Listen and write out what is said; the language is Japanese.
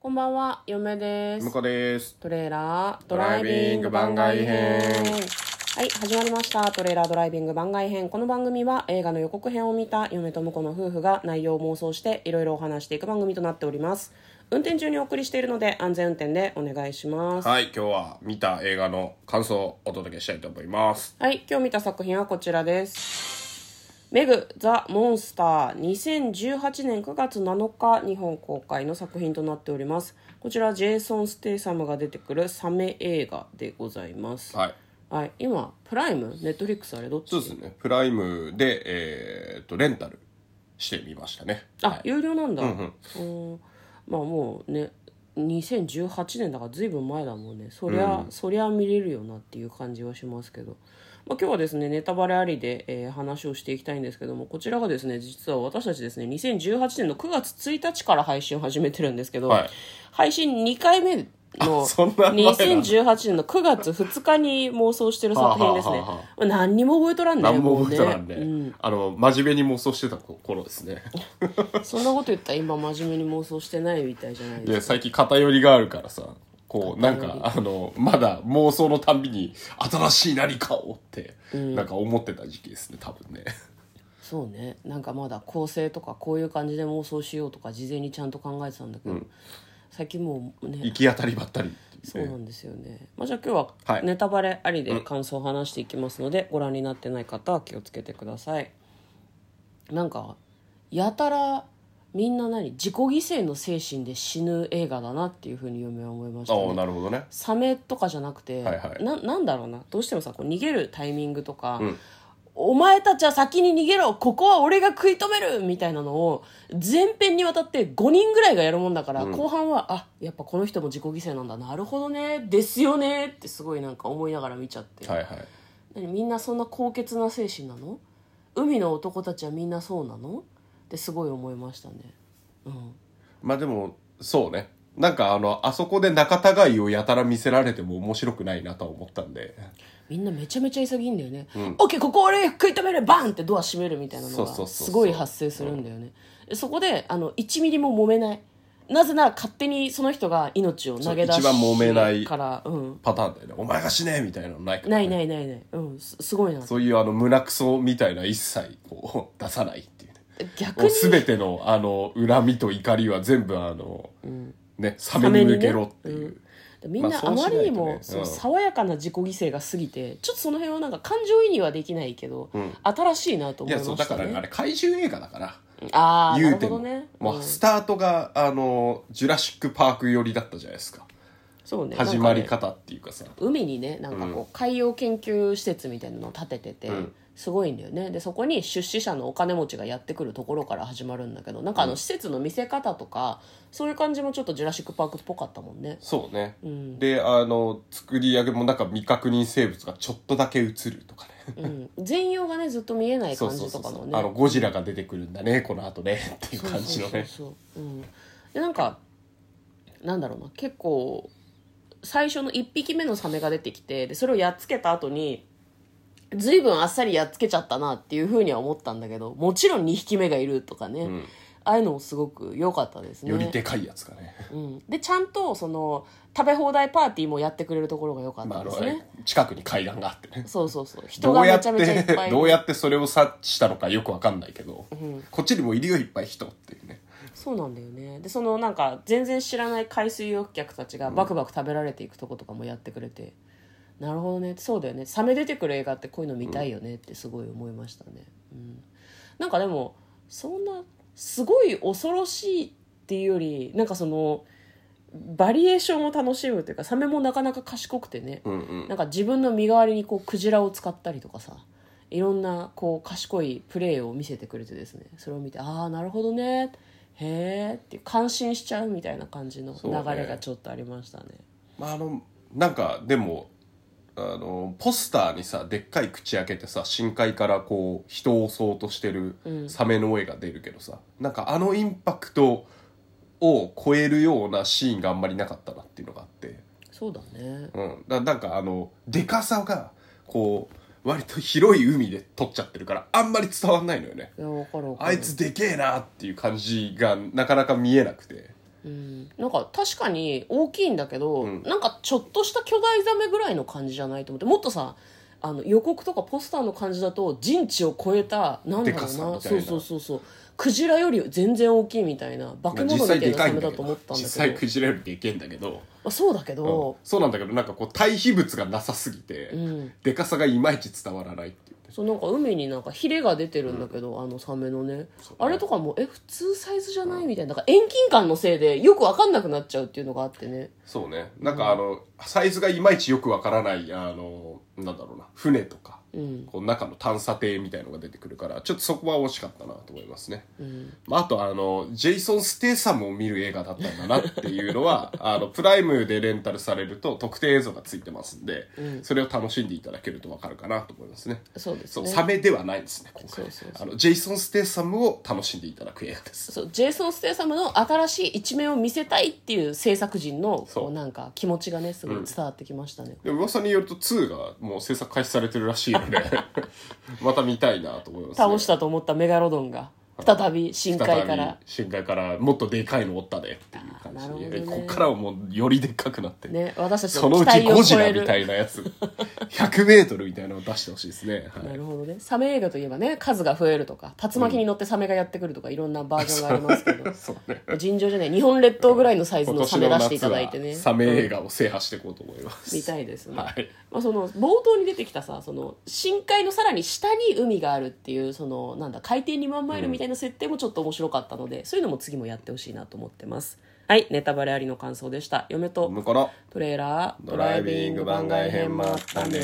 こんばんは、嫁です向。こうです。トレーラードライビング番外編はい、始まりました。トレーラードライビング番外編。この番組は映画の予告編を見た嫁と婿の夫婦が内容を妄想していろいろお話していく番組となっております。運転中にお送りしているので安全運転でお願いします。はい、今日は見た映画の感想をお届けしたいと思います。はい、今日見た作品はこちらです。メグ・ザ・モンスター2018年9月7日日本公開の作品となっておりますこちらジェイソン・ステイサムが出てくるサメ映画でございますはい。はい、今プライムネットフリックスあれどっちそうですね。プライムで、えーっと、レンタルしてみましたね。あ、はい有料なんだ、うんまあもうね2018年だからずいぶん前だもんねそりゃ、そりゃ見れるよなっていう感じはしますけど、まあ、今日はですねネタバレありで、えー話をしていきたいんですけどもこちらがですね実は私たちですね2018年の9月1日から配信を始めてるんですけど、はい配信2回目のあそんな前なんだ2018年の9月2日に妄想してる作品ですねはあはあはまあ何にも覚えとらんね何も覚えてないんで、もうねうんあの、真面目に妄想してた頃です ね。そんなこと言ったら今真面目に妄想してないみたいじゃないいでや、すか。最近偏りがあるからさ、こう、なん偏りか、あの、まだ妄想のたんびに、新しい何かをって、なんか思ってた時期ですね、多分ね。そうね。なんかまだ構成とかこういう感じで妄想しようとか事前にちゃんと考えてたんだけど、最近もうね行、き当たりばったりっていねそうなんですよね。まあじゃあ今日ははいネタバレありで感想を話していきますので、ご覧になってない方は気をつけてください。なんか、やたらみんな何自己犠牲の精神で死ぬ映画だなっていうふうに嫁は思いましたね。ああ、なるほどね。サメとかじゃなくて、はいはいななんだろうなどうしてもさこう逃げるタイミングとか、うんお前たちは先に逃げろここは俺が食い止めるみたいなのを前編にわたって5人ぐらいがやるもんだから、後半はあやっぱこの人も自己犠牲なんだなるほどねですよねってすごいなんか思いながら見ちゃって、はいはい。何みんなそんな高潔な精神なの海の男たちはみんなそうなのってすごい思いましたね。うんまあでも、そうね。なんかあの、あそこで仲違いをやたら見せられても面白くないなとは思ったんで。みんなめちゃめちゃ潔いんだよね、オッケーここ俺食い止めるバンってドア閉めるみたいなのそうそうそがうそうすごい発生するんだよねでそこであの1ミリも揉めないなぜなら勝手にその人が命を投げ出そう一番揉めなしいからうんパターンだよね。お前が死ねみたいなのないから、ね。ないないないないうんすすごいなそういうあの、胸クソみたいな一切こう、出さないっていうね。逆もうに全てのあの、恨みと怒りは全部あの、ね、サメに向けろっていう。うんみんなまああそうしまないとりにねもうんその爽やかな自己犠牲が過ぎてちょっとその辺はなんか感情移入はできないけど、新しいなと思いいや、まそう、しだかたらあねれ怪獣映画だから。ああな言るうほてども。ねもううんスタートが、あの、ジュラシックパーク寄りだったじゃないですか。そうね始まなんかりね方っていうかさ。海にねなんかこう海洋研究施設みたいなのを建ててて、んすごいんだよねでそこに出資者のお金持ちがやってくるところから始まるんだけどなんかあの施設の見せ方とか、そういう感じもちょっとジュラシック・パークっぽかったもんねそうね、であの作り上げもなんか未確認生物がちょっとだけ映るとかね うん全容がねずっと見えないそう感そうじそとうかそのう、ねあのゴジラが出てくるんだねこの後ねっていう感じのねそうそうそうそううんでなんかなんだろうな結構最初の1匹目のサメが出てきてでそれをやっつけた後に随分あっさりやっつけちゃったなっていうふうには思ったんだけどもちろん2匹目がいるとかね、ああいうのもすごく良かったですねよりでかいやつがねうん、でちゃんとその食べ放題パーティーもやってくれるところが良かっまたああでのすね、近くに階段があってねそうそうそう人どがうやめっちゃめちゃいってぱいどうやってそれを察知したのかよくわかんないけど、こっちにもいるよいっぱい人っていうねそうなんだよねでそのなんか全然知らない海水浴客たちがバクバク食べられていくとことかもやってくれて、なるほどねそうだよねサメ出てくる映画ってこういうの見たいよねってすごい思いましたね、うん、なんかでもそんなすごい恐ろしいっていうよりなんかそのバリエーションを楽しむというかサメもなかなか賢くてね、うんうんなんか自分の身代わりにこうクジラを使ったりとかさいろんなこう賢いプレーを見せてくれてですねそれを見てああなるほどねへえって感心しちゃうみたいな感じの流れがちょっとありましたねまああのなんかでもあのポスターにさでっかい口開けてさ深海からこう人を襲おうとしてるサメの絵が出るけどさ、なんかあのインパクトを超えるようなシーンがあんまりなかったなっていうのがあって、そうだねうん、だなんかあのでかさがこう割と広い海で撮っちゃってるからあんまり伝わんないのよねいやわかるわかるあいつでけえなっていう感じがなかなか見えなくてうんなんか確かに大きいんだけど、うんなんかちょっとした巨大ザメぐらいの感じじゃないと思ってもっとさあの予告とかポスターの感じだと人知を超えたなんだでろうかなさみたそいなうそうそうそうクジラより全然大きいみたいな化け実物み際たいでなかサいんメだだとけど思ったんだ実け際どクジラよりでけえんだけど、まあ、そうだけうんど、そうなんだけどなんかこう対比物がなさすぎて、んでかさがいまいち伝わらないっていうねそうなんか海になんかヒレが出てるんだけど、あのサメのねそうあれとかもえ普通サイズじゃないみたいななんか遠近感のせいでよく分かんなくなっちゃうっていうのがあってねそうねなんかあの、サイズがいまいちよくわからないあのなんだろうな船とか、こう中の探査艇みたいのが出てくるからちょっとそこは惜しかったなと思いますね、まあ、あとあのジェイソン・ステイサムを見る映画だったんだなっていうのは あのプライムでレンタルされると特定映像がついてますんで、それを楽しんでいただけるとわかるかなと思いますねそうですねサメではないんですね今回そうそうそあのジェイソン・ステイサムを楽しんでいただく映画ですそうジェイソン・ステイサムの新しい一面を見せたいっていう制作陣のそうこうなんか気持ちがねすごい伝わってきましたね、でも噂によると2がもう制作開始されてるらしい のでまた見たいなと思います、ね、倒したと思ったメガロドンが再び深海から再び深海からもっとでかいのおったでっていう感あーなるほじどで、ねこっからはもうよりでっかくなって、ね私たちそののう期ち待ゴをジ超ラえみるたいなやつ 100m みたいなのを出してほしいですね、はいなるほどねサメ映画といえばね数が増えるとか竜巻に乗ってサメがやってくるとか、いろんなバージョンがありますけど そうね尋常じゃない日本列島ぐらいのサイズ今の年サメの出してい夏ただいはてねサメ映画を制覇していこうと思います、みたいですね、はいまあ、その冒頭に出てきたさその深海のさらに下に海があるっていうそのなんだ海底2万マイルみたいな設定もちょっと面白かったので、そういうのも次もやってほしいなと思ってますはいネタバレありの感想でした嫁と向こうのトレーラードドライビング番外編もあったね